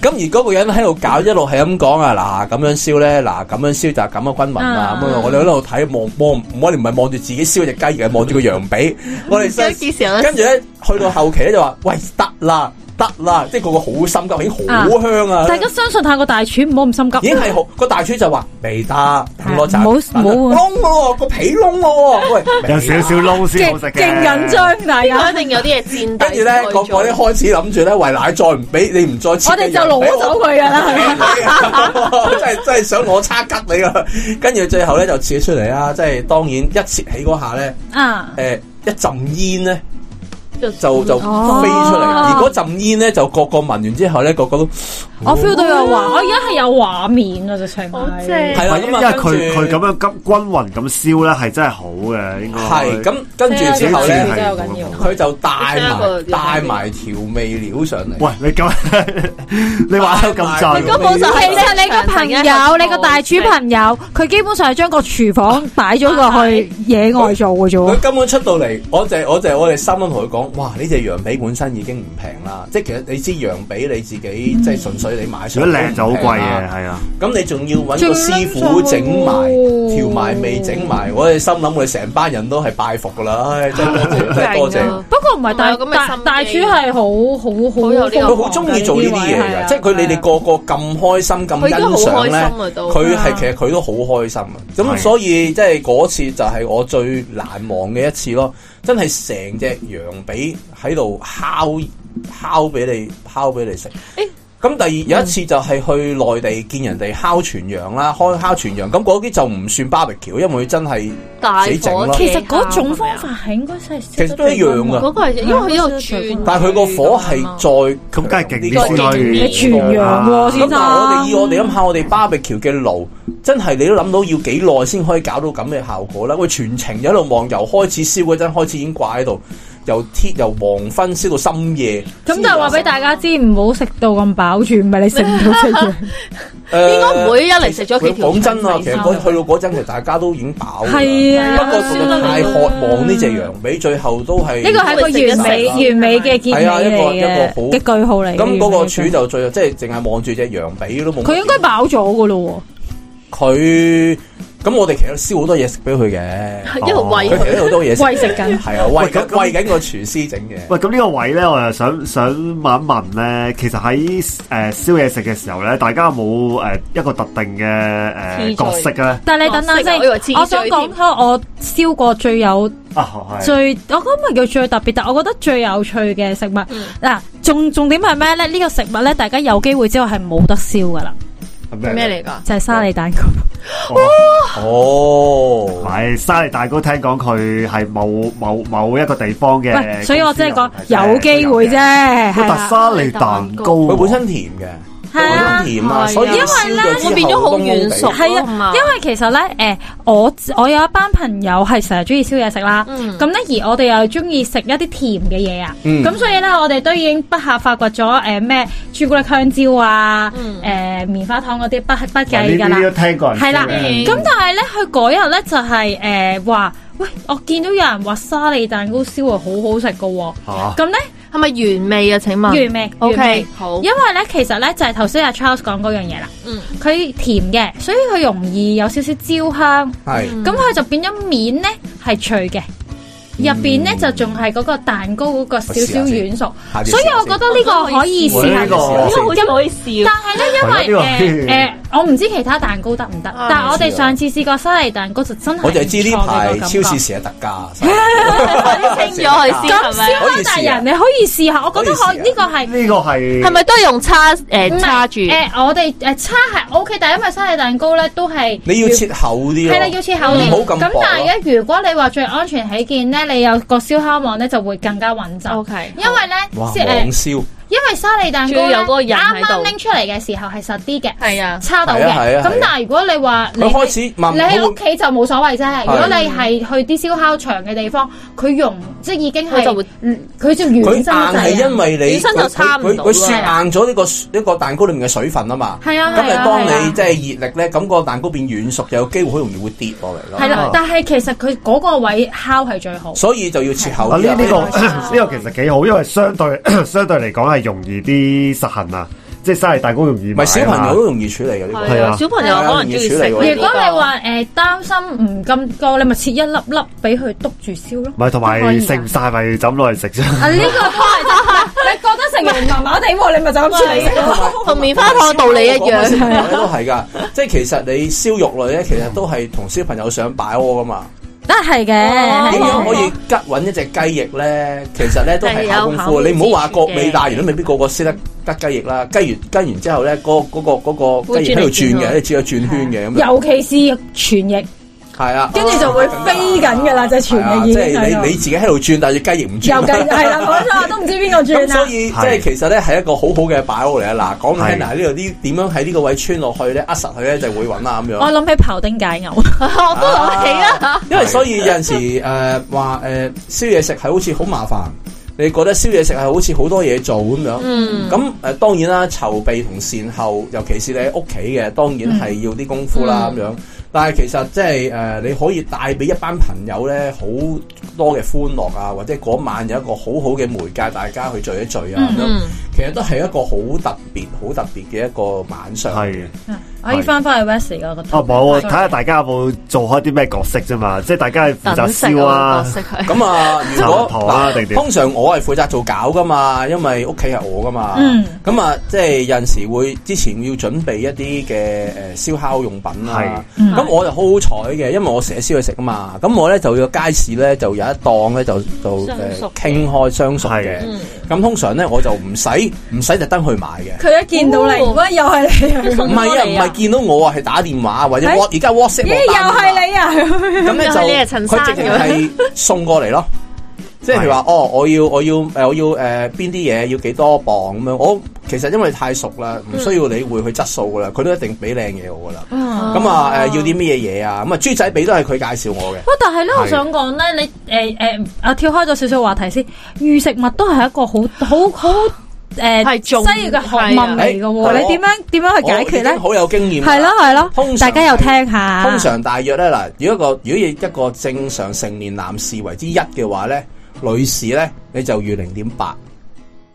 S2: 咁而嗰個人喺度搞，一路係咁講啊，嗱咁樣燒咧，嗱咁樣燒就係咁嘅軍民啊。咁啊
S4: 嗯
S2: 我哋喺度睇望望，我哋唔係望住自己燒只雞，而係望住個羊髀。我哋
S3: 有幾時有得
S2: 跟住咧，去到後期咧就話：喂，得啦，得啦，即係個個好心急，已經好香啊！
S4: 大家相信下個大廚，唔好咁心急。
S2: 已經係好個大廚就話未得，等多陣，
S4: 唔好
S2: 等多
S4: 唔好
S2: 窿咯，個皮窿咯，喂，
S1: 有少少撈先好食
S4: 勁
S1: 嘅，
S4: 勁緊。張，大
S3: 佢一
S4: 家。
S3: 定有啲嘢墊底。
S2: 跟住咧，個個咧開始諗住咧，喂奶再唔俾你唔再切
S4: 我哋
S2: 嘅
S4: 就
S2: 人
S4: 攞
S2: 俾我，啊
S4: 走佢 噶啦，係咪？
S2: 真係真係想攞叉吉你啊！跟住最後咧就切出嚟啦，即係當然一切起嗰下咧，
S4: 啊，
S2: 誒、一陣煙咧
S3: 就
S2: 就就飛出
S4: 哦
S2: 嚟，而嗰陣煙咧就個個聞完之後咧，個個都
S4: 我 feel 到有畫，我而家係有畫面啊，直情
S3: 好正
S4: 係。
S2: 係啦，
S1: 因
S2: 咁
S1: 為
S2: 啊，
S1: 佢佢咁
S2: 跟住
S1: 樣咁均勻咁燒咧，係真係好嘅，應該
S2: 係咁跟住之後
S4: 真
S2: 咧，
S4: 係好緊要
S2: 佢就帶
S3: 你聽一個
S2: 埋帶埋調味料上嚟。
S1: 喂，你咁 你玩 得咁盡
S2: 你嗰個就
S4: 其實你個朋友，你個大廚朋友，佢基本上係將個廚房擺咗個去野外做嘅啫喎
S2: 佢。根本出到嚟，我就係我就係我哋心諗同佢講，哇！呢只羊髀本身已經唔平啦，即係其實你知羊髀你自己即係純粹你買
S1: 嗯如
S2: 上，
S1: 果靚就好貴嘅，
S2: 嘅。
S1: 係啊，
S2: 咁你仲要揾個師傅整埋調埋味整埋，我哋心諗我哋成班人都係拜服噶啦，唉真係多謝，真係多謝。
S4: 不過唔係大
S3: 唔係有咁嘅
S4: 大
S3: 心機
S4: 大廚係好好好
S3: 好有呢個
S2: 佢好中意做呢啲嘢
S4: 係啊
S2: 㗎，即係佢你哋個個咁開心咁
S3: 佢已經好
S2: 欣賞
S3: 開心
S2: 咧，
S3: 啊都。
S2: 佢係其實佢都好開心啊！咁
S1: 係
S2: 所以即係嗰次就係我最難忘嘅一次咯，真係成隻羊髀喺度烤烤俾你烤俾你食。
S3: 誒
S2: 咁第二有一次就係去內地見人哋烤全羊啦，開烤全羊，咁嗰啲就唔算 barbecue，因為佢真係
S3: 大
S2: 自己整
S3: 火
S2: 咯，
S4: 其實嗰
S3: Ờ.
S4: 種方法係應該係
S2: 其實都一樣㗎
S3: 嗰個係因為佢喺度轉，
S2: 但係佢個火係再
S1: 咁梗係勁啲
S3: 呢
S1: 先
S3: 個
S1: 可
S3: 勁
S1: 以
S3: 啲
S4: 你全羊喎，先
S2: 咁但係我哋以
S4: 生。
S2: 我哋諗下，我哋 barbecue 嘅爐，真係你都諗到要幾耐先可以搞到咁嘅效果啦。喂，全程一路望，由開始燒嗰陣開始已經掛喺度，由天由黃昏燒到深夜。
S4: 咁就話俾大家知，唔好食到咁飽住，唔係你食唔 到隻羊。
S2: 誒
S3: 應該唔會一嚟食咗
S2: Ờ,
S3: 幾條
S2: 講真啊，其實嗰
S3: 腸
S2: 去到嗰陣，其實大家都已經飽㗎啦。
S4: 係啊
S2: 不過實在太渴望呢隻羊髀，最後都係
S4: 呢個係一個完美
S2: 係啊
S4: 完美嘅結尾
S2: 係啊一個
S4: 嚟嘅
S2: 一
S4: 嘅句號嚟嘅。
S2: 咁嗰個
S4: 完美嘅
S2: 柱就最即係淨係望住隻羊髀都冇乜
S4: 佢
S2: 點。
S4: 應該飽咗噶咯
S2: 佢咁，我哋其實燒好多嘢食俾佢嘅。
S3: 一路
S2: 佢
S3: 哎喂
S2: 其
S3: 佢。
S2: 實好多嘢
S4: 喎，喂食緊。
S2: 系啊，喂
S1: 喂
S2: 緊
S1: 咁
S2: 喂緊個廚師整嘅。
S1: 喂，咁呢個位咧，我又想想問一問咧，其實喺誒、呃、燒嘢食嘅時候咧，大家有冇誒、呃一個特定嘅誒、呃
S3: 次序
S1: 角色咧？
S4: 但係你等下
S3: 我以為次序
S4: 先，
S3: 添
S4: 我想講下我燒過最有
S1: 啊，係
S4: 最，我覺得唔係叫最特別，但我覺得最有趣嘅食物
S3: 嗯
S4: 嗱，重重點係咩咧？呢個食物咧，大家有機會之後係冇得燒噶啦，
S1: 係
S3: 咩？嚟㗎？
S4: 就係沙梨蛋糕。
S1: 唔
S2: 哦，
S1: 係沙梨蛋糕，聽講佢係某某某一個地方嘅公司有問題
S4: 喂，
S1: 啫，
S4: 所以我真係講有機會啫，
S1: 喂。
S4: 係
S1: 但
S4: 啦，
S1: 沙梨蛋糕，
S2: 佢本身甜嘅，
S4: 係
S2: 本
S4: 啊
S2: 身。甜啊，
S3: 係啊
S2: 所以
S3: 因為
S2: 呢
S3: 咧會變咗好軟熟
S4: 係
S3: 同埋
S4: 啊，因為其實咧，誒、我我有一班朋友係成日中意燒嘢食啦，
S3: 嗯
S4: 咁咧、而我哋又中意食一啲甜嘅嘢啊，
S2: 嗯
S4: 咁、所以咧，我哋都已經不下發掘咗誒咩朱古力香蕉啊，誒、
S3: 嗯
S4: 棉花糖嗰啲不不
S1: 嗱
S4: 計
S1: 呢
S4: 㗎
S1: 呢啲都
S4: 啦，
S1: 聽過人
S4: 係啦，
S1: 知嘅
S4: 咁但係咧，佢嗰日咧就係誒話，喂，我見到有人話沙梨蛋糕燒啊，好好食㗎喎，
S1: 嚇
S4: 咁咧。
S3: 係咪原味啊？請問
S4: 原味
S3: ？O
S4: 原
S3: K，
S4: 味
S3: 好
S4: 因。為咧，其實咧就係頭先阿 Charles 講嗰樣嘢啦，
S3: 嗯
S4: 佢甜嘅，所以佢容易有少少焦香，
S2: 係
S4: 咁佢、就變咗面咧係脆嘅，入邊咧就仲係嗰個蛋糕嗰個少少軟熟，
S2: 下次
S4: 所以我覺得呢個可以
S1: 我
S4: 試
S1: 呢
S4: 下。
S1: 個
S2: 試下
S3: 呢個好似可以試
S4: 但
S3: 啊。
S4: 係咧，因
S1: 係啊呢
S4: 為誒
S1: 個
S4: 誒，我唔知其他蛋糕得唔得，
S3: 啊
S4: 但係我哋
S2: 知啊
S4: 上次試過沙梨蛋糕就真係
S2: 我就係知呢排
S4: 唔錯嘅個感覺
S2: 超市成日特價，
S3: 你清咗佢先係
S4: 咁
S3: 咪？
S4: 燒烤大人，你可以試下，我覺得可
S2: 可以試啊
S4: 呢個係。
S1: 呢個係
S3: 係咪都係用叉
S4: 唔
S3: 誒
S4: 係
S3: 叉住？
S4: 誒，我哋誒叉係 O K，但係因為生日蛋糕咧都係
S2: 你要切厚啲咯，
S4: 係啦，要切厚
S2: 唔
S4: 啲。
S2: 好咁
S4: 咁
S2: 薄
S4: 但係
S2: 咯。
S4: 咧，如果你話最安全起見咧，你有個燒烤網咧就會更加穩陣。
S3: OK
S4: 因為咧，
S2: 哇，
S4: 即係
S2: 網燒
S4: 因為沙利蛋糕
S3: 仲
S4: 呢
S3: 要有嗰個人喺
S4: 啱
S3: 度
S4: 啱拎出嚟嘅時候係實啲嘅，
S3: 係啊
S4: 差到嘅。
S2: 係啊係啊
S4: 咁
S2: 係啊
S4: 但係如果你話你
S2: 佢開始慢
S4: 你
S2: 慢
S4: 喺屋企就冇所謂啫。如果你係去啲燒烤場嘅地方，佢溶即係已經係嗯
S3: 佢就會
S4: 佢就
S2: 佢
S4: 軟
S2: 硬
S4: 身啊
S2: 係因為你
S3: 本身就差唔
S2: 佢佢
S3: 到
S2: 佢雪
S3: 啦
S2: 硬咗呢個呢個蛋糕裏面嘅水分啊嘛。
S4: 係啊
S2: 咁
S4: 係啊
S2: 你當
S4: 係啊
S2: 你即係熱力咧，咁個蛋糕變軟熟，就有機會好容易會跌落嚟咯。
S4: 係啦
S2: 啊，
S4: 但係其實佢嗰個位烤係最好。
S2: 所以就要切厚
S1: 啊！呢
S2: 啲
S1: 呢、
S2: 啊。
S1: 個
S4: 係啊
S1: 呢個其實幾好，因為相對 相對嚟講係容易啲實行啊，即係生日蛋糕容易
S2: 唔
S1: 買啊
S2: 係小朋友都容易處理嘅呢個。
S1: 係啊
S3: 小朋友可能中意食呢個。
S4: 如果你話誒擔心唔咁夠，你咪切一粒粒俾佢篤住燒咯。
S1: 唔係同
S4: 都可以
S1: 埋
S4: 㗎
S1: 食唔晒咪就咁攞嚟食啫。
S4: 啊！呢個都係你覺得成人麻麻地喎，你咪就咁處理咯。
S2: 啊
S3: 同棉花糖道理一
S2: 小朋
S3: 樣，
S2: 友都係㗎，即係其實你燒肉類咧，其實都係同小朋友想擺鍋㗎嘛。
S4: 都係
S3: 哦
S2: 點樣可
S4: 嘅。
S2: 以吉揾一隻雞翼咧？其實咧都係考功
S3: 係有考
S2: 夫，你唔好話個
S3: 嘅
S2: 尾大完都未必個個識得吉雞翼啦。雞完雞完之後咧，嗰嗰個嗰個
S3: 會
S2: 雞翼喺度轉
S3: 轉嚟轉
S2: 嘅，
S3: 去
S2: 你只有轉圈嘅咁樣。
S4: 尤其是全翼，
S2: 係啊，
S4: 跟住就會飛緊㗎啦，隻全
S2: 係啊，
S4: 翼
S2: 即
S4: 已經喺
S2: 係
S4: 度
S2: 你你。自己喺度轉，但係隻雞翼唔
S4: 又啊
S2: 轉。
S4: 計係啦，冇錯，都唔知邊個轉啊
S2: 咁所
S4: 啦。
S2: 以即
S1: 係
S2: 係其實咧係一個好好嘅擺屋嚟啊！嗱，講
S1: 係
S2: 聽嗱呢度啲點樣喺呢個位穿落去咧，扼實佢咧就會揾啦咁樣。
S4: 我諗起庖丁解 牛，
S3: 我都諗起啊。
S2: 因為所以有呃陣時誒話誒燒嘢食係好似好麻煩，你覺得燒嘢食係好似好多嘢做咁樣。
S3: 嗯，
S2: 咁誒、呃、當然啦，籌備同善後，尤其是你喺屋企嘅，當然係要啲功夫
S3: 嗯
S2: 啦咁、樣。但係其實即係誒，你可以帶俾一班朋友咧好多嘅歡樂啊，或者嗰晚有一個好好嘅媒介，大家去聚一聚啊咁樣。
S3: 嗯
S2: 其實都係一個好特別、好特別嘅一個晚上。
S1: 係
S4: 啊我要翻返去 Wesley 嗰個。
S2: 哦
S1: 啊冇，睇下大家有冇做開啲咩角色啫嘛，即係大家係負
S3: 等
S1: 責
S3: 食
S1: 燒
S3: 啊，
S1: 啊
S3: 我，食佢。
S2: 咁啊，如
S1: 就
S2: 果
S1: 糖啊定
S2: 嗱
S1: 點
S2: 通常我係負責做餃噶嘛，因為屋企係我噶嘛。
S4: 嗯
S2: 咁啊，即係有陣時會之前要準備一啲嘅誒燒烤用品啦。
S4: 嗯
S2: 咁我就好好彩嘅，因為我成日燒去食啊嘛。咁我咧就要街市咧就有一檔咧就就誒
S3: 相熟嘅
S2: 傾開相熟嘅
S1: 係。
S3: 嗯
S2: 咁通常咧我就唔使唔使特登去買嘅。
S4: 佢一見到你，
S3: 哦
S4: 喂，又係你啊！哎
S2: 唔係啊，唔係見到我啊，係打電話或者 w 而家 WhatsApp
S4: 咦，
S2: 我
S4: 又
S2: 單
S4: 係你啊！
S2: 咁咧
S3: 又
S2: 就
S3: 係呢個陳生
S2: 佢直情係送過 嚟咯。即係譬如話，哦，我要我要誒，我要誒邊啲嘢要幾多磅咁樣。我其實因為太熟啦，
S3: 嗯
S2: 唔需要理會佢質素噶啦，佢都一定俾靚嘢我噶啦。
S3: 哦
S4: 嗯
S2: 咁啊誒，要啲咩嘢嘢啊？咁啊，豬仔髀都係佢介紹我嘅。
S4: 不，但係咧，
S1: 係
S4: 我想講咧，你誒誒啊，跳開咗少少話題先，預食物都係一個好好好誒
S3: 係重
S4: 西嘅學問嚟嘅
S2: 係啊
S4: 喎，你點樣點樣去解決
S2: 我已經
S4: 咧？
S2: 好有經驗㗎啦。
S4: 係咯係咯，
S2: 通
S4: 大
S2: 常
S4: 家又聽下。
S2: 通常大約咧嗱，如果一個如果以一個正常成年男士為之一嘅話咧，女士咧你就預零點八。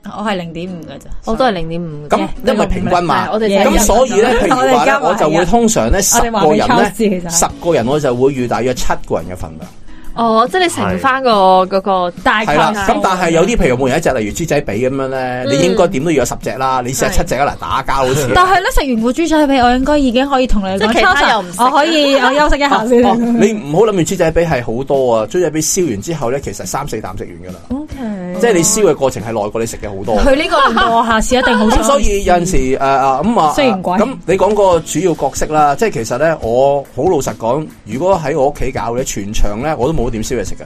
S4: 我係零點五嘅咋，
S3: 我都係零點五。
S2: 咁因為平均嘛，
S3: 係我哋就係
S2: 咁所以咧，譬如話咧，
S4: 我
S2: 我
S4: 哋
S2: 就
S4: 今日係啊
S2: 會通常咧十
S4: 我哋話
S2: 個
S4: 俾
S2: 人
S4: 抽字其
S2: 咧，
S4: 實
S2: 十個人我就會預大約七個人嘅份量，
S3: 哦，即係你乘翻個嗰個啊
S4: 大
S2: 係
S4: 概
S2: 啦。
S4: 係
S2: 咁但係有啲譬如每人一隻，例如豬仔髀咁樣咧，你應該點都要有十隻啦，你試下
S3: 係
S2: 七隻啦，嗱打交好似。
S4: 嗯
S2: 哦
S4: 但係咧食完個豬仔髀，我應該已經可以同你
S3: 即係
S4: 講，
S3: 其他
S4: 秋
S3: 又唔
S4: 晨
S3: 食
S4: 我可以我休息一 下
S2: 哦
S4: 先。
S2: 你唔好諗住豬仔髀係好多啊！豬仔髀燒完之後咧，其實三四啖食完噶啦，
S4: O K，
S2: 哦即係你燒嘅過程係耐過你食嘅好 多。
S4: 佢呢個令到我下次一定好
S2: 咁
S4: 想。
S2: 所以有陣時誒啊咁啊，
S4: 嗯雖然貴
S2: 咁你講個主要角色啦，即係其實咧，我好老實講，如果喺我屋企搞咧，全場咧我都冇點燒嘢食嘅。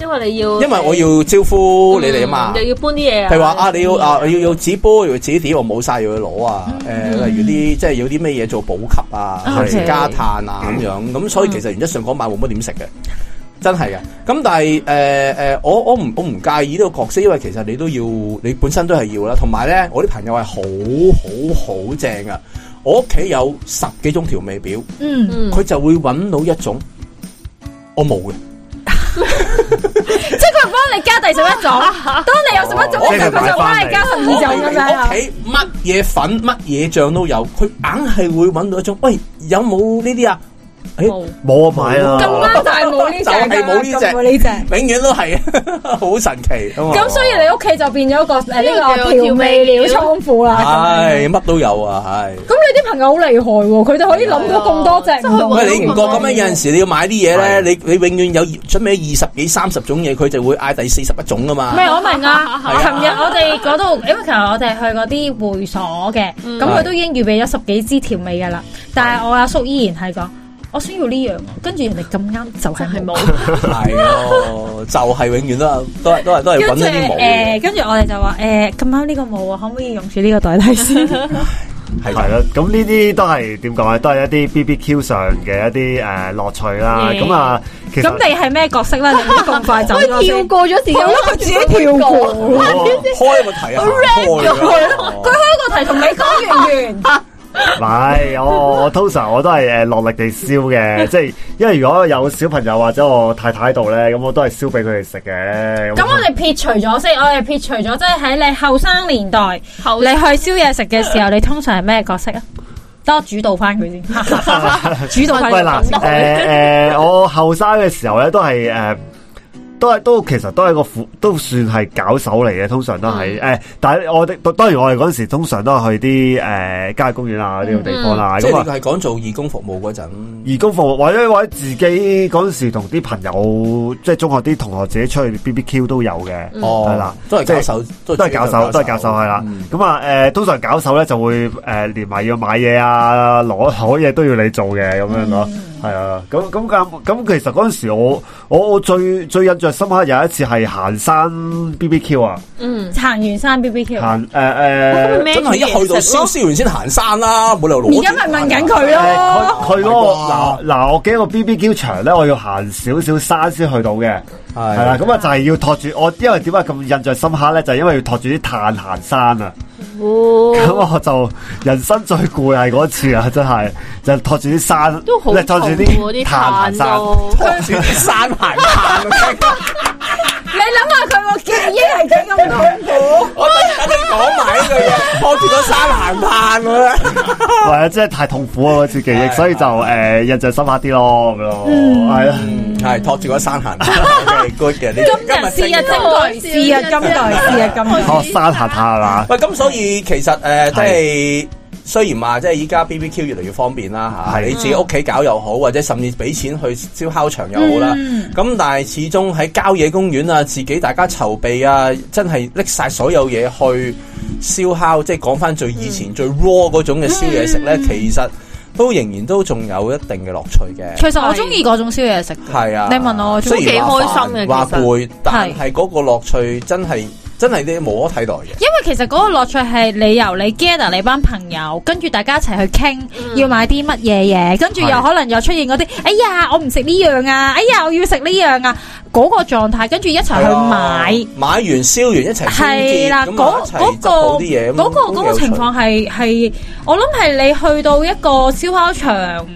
S3: 因為你要，
S2: 因為我要招呼你哋啊嘛
S3: 嗯。又要搬啲嘢啊。
S2: 譬如話啊，你要啊，要要紙杯，要紙碟，我冇晒要去攞啊。
S3: 嗯
S2: 誒，例如啲即係要啲咩嘢做補給啊，
S4: 嗯
S2: 係加碳啊咁樣。咁
S3: 嗯
S2: 所以其實原則上嗰晚冇乜點食嘅，真係嘅。咁但係誒誒，我我唔我唔介意呢個角色，因為其實你都要，你本身都係要啦。同埋咧，我啲朋友係好好好正啊！我屋企有十幾種調味表，
S4: 嗯。
S3: 嗯，
S2: 佢就會揾到一種我冇嘅。
S4: 即係佢幫你加第十一種， 當你有十一種嘅時候，佢就幫你加十二種咁樣啊啦
S2: 屋。企乜嘢粉乜嘢醬都有，佢硬係會揾到一種，喂，有冇呢啲啊？誒、
S1: 冇
S3: 冇
S1: 啊買
S4: 咁
S1: 啊！
S4: 啱就係冇呢只，
S2: 就係冇呢隻
S4: 冇呢隻。
S2: 永遠都係 好神奇。
S1: 哦
S4: 咁所以你屋企就變咗一個誒呢個
S3: 呢個叫
S4: 調味料倉庫啦。
S2: 唉，乜都有啊，係。
S4: 咁你啲朋友好厲害喎，佢哋可以諗到咁多隻
S3: 係啊真
S4: 唔同嘅
S3: 係好
S2: 喂，你唔覺咁樣有陣時你要買啲嘢
S1: 係
S2: 咧，你你永遠有準備二十幾三十種嘢，佢就會嗌第四十一種噶嘛
S4: 唔。係我明啊！
S2: 係啊
S4: 琴日我哋嗰度，因為琴日我哋去嗰啲會所嘅，咁佢都已經預備咗十幾支調味嘅啦。但係我阿叔依然係講，我想要呢樣喎，跟住人哋咁啱就
S3: 真
S4: 係
S3: 係
S4: 冇。
S3: 冇。
S2: 系咯，就係永遠都係都係都系都系
S4: 跟
S2: 揾
S4: 住
S2: 呢啲冇
S4: 誒，
S2: 嘅，
S4: 跟住我哋就話誒咁啱呢個冇啊，可唔可以用住呢個代替先？
S2: 係
S1: 係啦，咁呢啲都係點講咧？啊都係一啲 BBQ 上嘅一啲誒樂趣啦。
S3: 嗯
S1: 咁啊，其
S4: 咁
S1: 實
S4: 你係咩角色咧？你唔好咁快走咗先。
S3: 過咗自己
S4: 我覺得佢自己跳過，佢
S2: 開個題啊，開啊
S4: 開個題同你講完完。
S1: 唔係，我我通常我都係誒落力地燒 嘅，即係因為如果有小朋友或者我太太喺度咧，咁我都係燒俾佢哋食嘅。
S4: 咁我哋撇除咗先，我哋撇除咗，即係喺你後生年代，
S3: 後
S4: 你去宵夜食嘅時候，你通常係咩角色啊？等我主導 翻佢先，主導
S1: 啊
S4: 翻
S1: 喂嗱
S4: 佢，
S1: 誒
S4: 先。
S1: 誒，我後生嘅時候咧，都係誒。都係都其實都係一個苦，都算係搞手嚟嘅，通常都係誒、
S4: 嗯
S1: 但係我哋當然我哋嗰陣時通常都係去啲誒、郊野公園啊呢種地方
S4: 嗯
S1: 啦，
S2: 即
S1: 咁啊、
S2: 係你係講做義工服務嗰陣，
S1: 義工服務，或者或者自己嗰陣時同啲朋友，即係中學啲同學自己出去 BBQ 都有嘅，
S4: 嗯
S2: 哦，
S1: 係啦，
S2: 都係教授，
S1: 都係教授，都係教授係啦。咁啊，誒通常教授咧就會誒連埋要買嘢啊，攞攞嘢都要你做嘅咁樣咯，係啊。咁咁咁咁，其實嗰陣時我我我最最印象深刻有一次係行山 BBQ 啊，
S3: 嗯，
S4: 行完山 B B Q，而
S1: 行誒誒。
S2: 真係一去到燒燒完先行山啦，冇理由攞。
S4: 家咪問
S1: 誒
S4: 緊佢
S1: 佢
S3: 哦
S4: 咯。
S1: 哎佢嗰個嗱嗱，我記得個 BBQ 場咧，我要行少少山先去到嘅。
S2: 係
S1: 系啦，咁啊就係要托住我，因為點解咁印象深刻咧？就係因為要托住啲炭行山啊！咁
S3: 哦，
S1: 我就人生最攰係嗰次啊，真係就托住啲山，
S3: 都好
S1: 你托住
S3: 重喎啲
S1: 炭行
S3: 炭
S1: 山，
S3: 都。
S2: 拖住啲山行山。
S4: 你諗下佢個記憶係幾咁痛苦。
S2: 我等你講埋呢句嘢，拖住個山行炭咁樣。
S1: 係啊，真係太痛苦啊嗰次記憶，所以就诶印象深刻啲咯，咁咯，
S3: 嗯
S1: 係啊。
S2: 係拖住個山行 炭，OK good 嘅。今
S4: 嗯今日是日正
S3: 好
S4: 代，是日今代，是日今代。
S1: 托哦山行下啊係嘛，
S2: 喂，咁所以其實誒，呃即係雖然話即係依家 BBQ 越嚟越方便啦嚇，
S1: 係
S2: 你自己屋企搞又好，或者甚至俾錢去燒烤場又好啦。咁、但係始終喺郊野公園啊，自己大家籌備啊，真係拎晒所有嘢去燒烤，即係講翻最以前、最 raw 嗰種嘅燒嘢食咧，其實都仍然都仲有一定嘅樂趣嘅。
S4: 其實我中意嗰種宵夜食嘅。
S2: 係啊，
S4: 你問我我
S2: 雖然
S3: 都幾
S2: 話
S3: 開心
S2: 煩
S3: 嘅
S2: 話
S3: 其實
S2: 攰，但係嗰個樂趣真係真係啲無可替代嘅。
S4: 因為其實嗰個樂趣係你由你 gather 你班朋友，跟住大家一齊去傾，
S2: 嗯
S4: 要買啲乜嘢嘢，跟住
S1: 係
S4: 又可能又出現嗰啲，哎呀我唔食呢樣啊，哎呀我要食呢樣啊，嗰、個狀態，跟住一齊去
S2: 啊
S4: 買，
S2: 買完燒完一齊
S4: 係啦，
S2: 啊
S4: 嗰嗰、個
S2: 啲嘢，
S4: 嗰、個嗰、個情況係係，我諗係你去到一個燒烤場，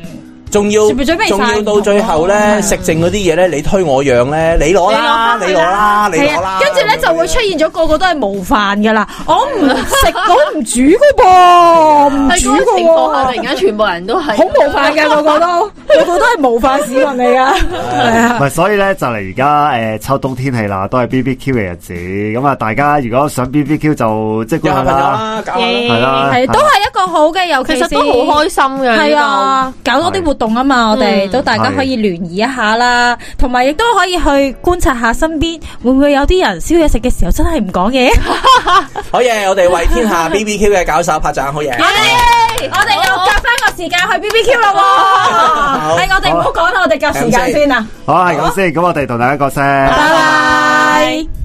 S2: 仲要
S4: 全部準備晒
S2: 仲要到最後咧，
S4: 嗯
S2: 食剩嗰啲嘢咧，你推我讓咧，你攞啦，
S4: 你
S2: 你
S4: 攞返去
S2: 攞啦，你
S4: 係
S2: 攞啦
S4: 啊，，跟住咧就會出現咗個個都係模範噶啦，我 唔食，我唔煮噶噃，唔
S3: 喺
S4: 煮
S3: 嗰個情況 下，
S4: 噶
S3: 突然間全部人都係
S4: 好模範 嘅個個都，個個都係模範市民嚟噶，係
S1: 唔
S4: 啊。
S1: 係所以咧就嚟而家诶秋冬天氣啦，都係 BBQ 嘅日子，咁啊大家如果想 BBQ 就即
S2: 有
S1: 管
S2: 下
S1: 去
S2: 朋友
S1: 啦，
S2: 啦，搞下啦
S3: 耶
S1: 係啦，
S4: 係都係一個好嘅，尤
S3: 其
S4: 其
S3: 實都好開心嘅。
S4: 系啊，搞多啲活動啊嘛，我哋
S3: 嗯
S4: 都大家可以聯誼一下啦，同埋亦都可以去觀察下身邊會唔會有啲人宵夜食嘅時候真係唔講嘢。
S2: 好嘢！我哋為天下 BBQ 嘅搞手拍掌，
S4: Ờ.
S2: 好嘢！
S4: 我哋又夾翻個時間去 B B Q 啦
S2: 好
S4: 喎，係我哋唔好講啦，我哋夾時間先啊，
S1: 好係咁先，咁我哋同大家講聲。
S4: 拜拜。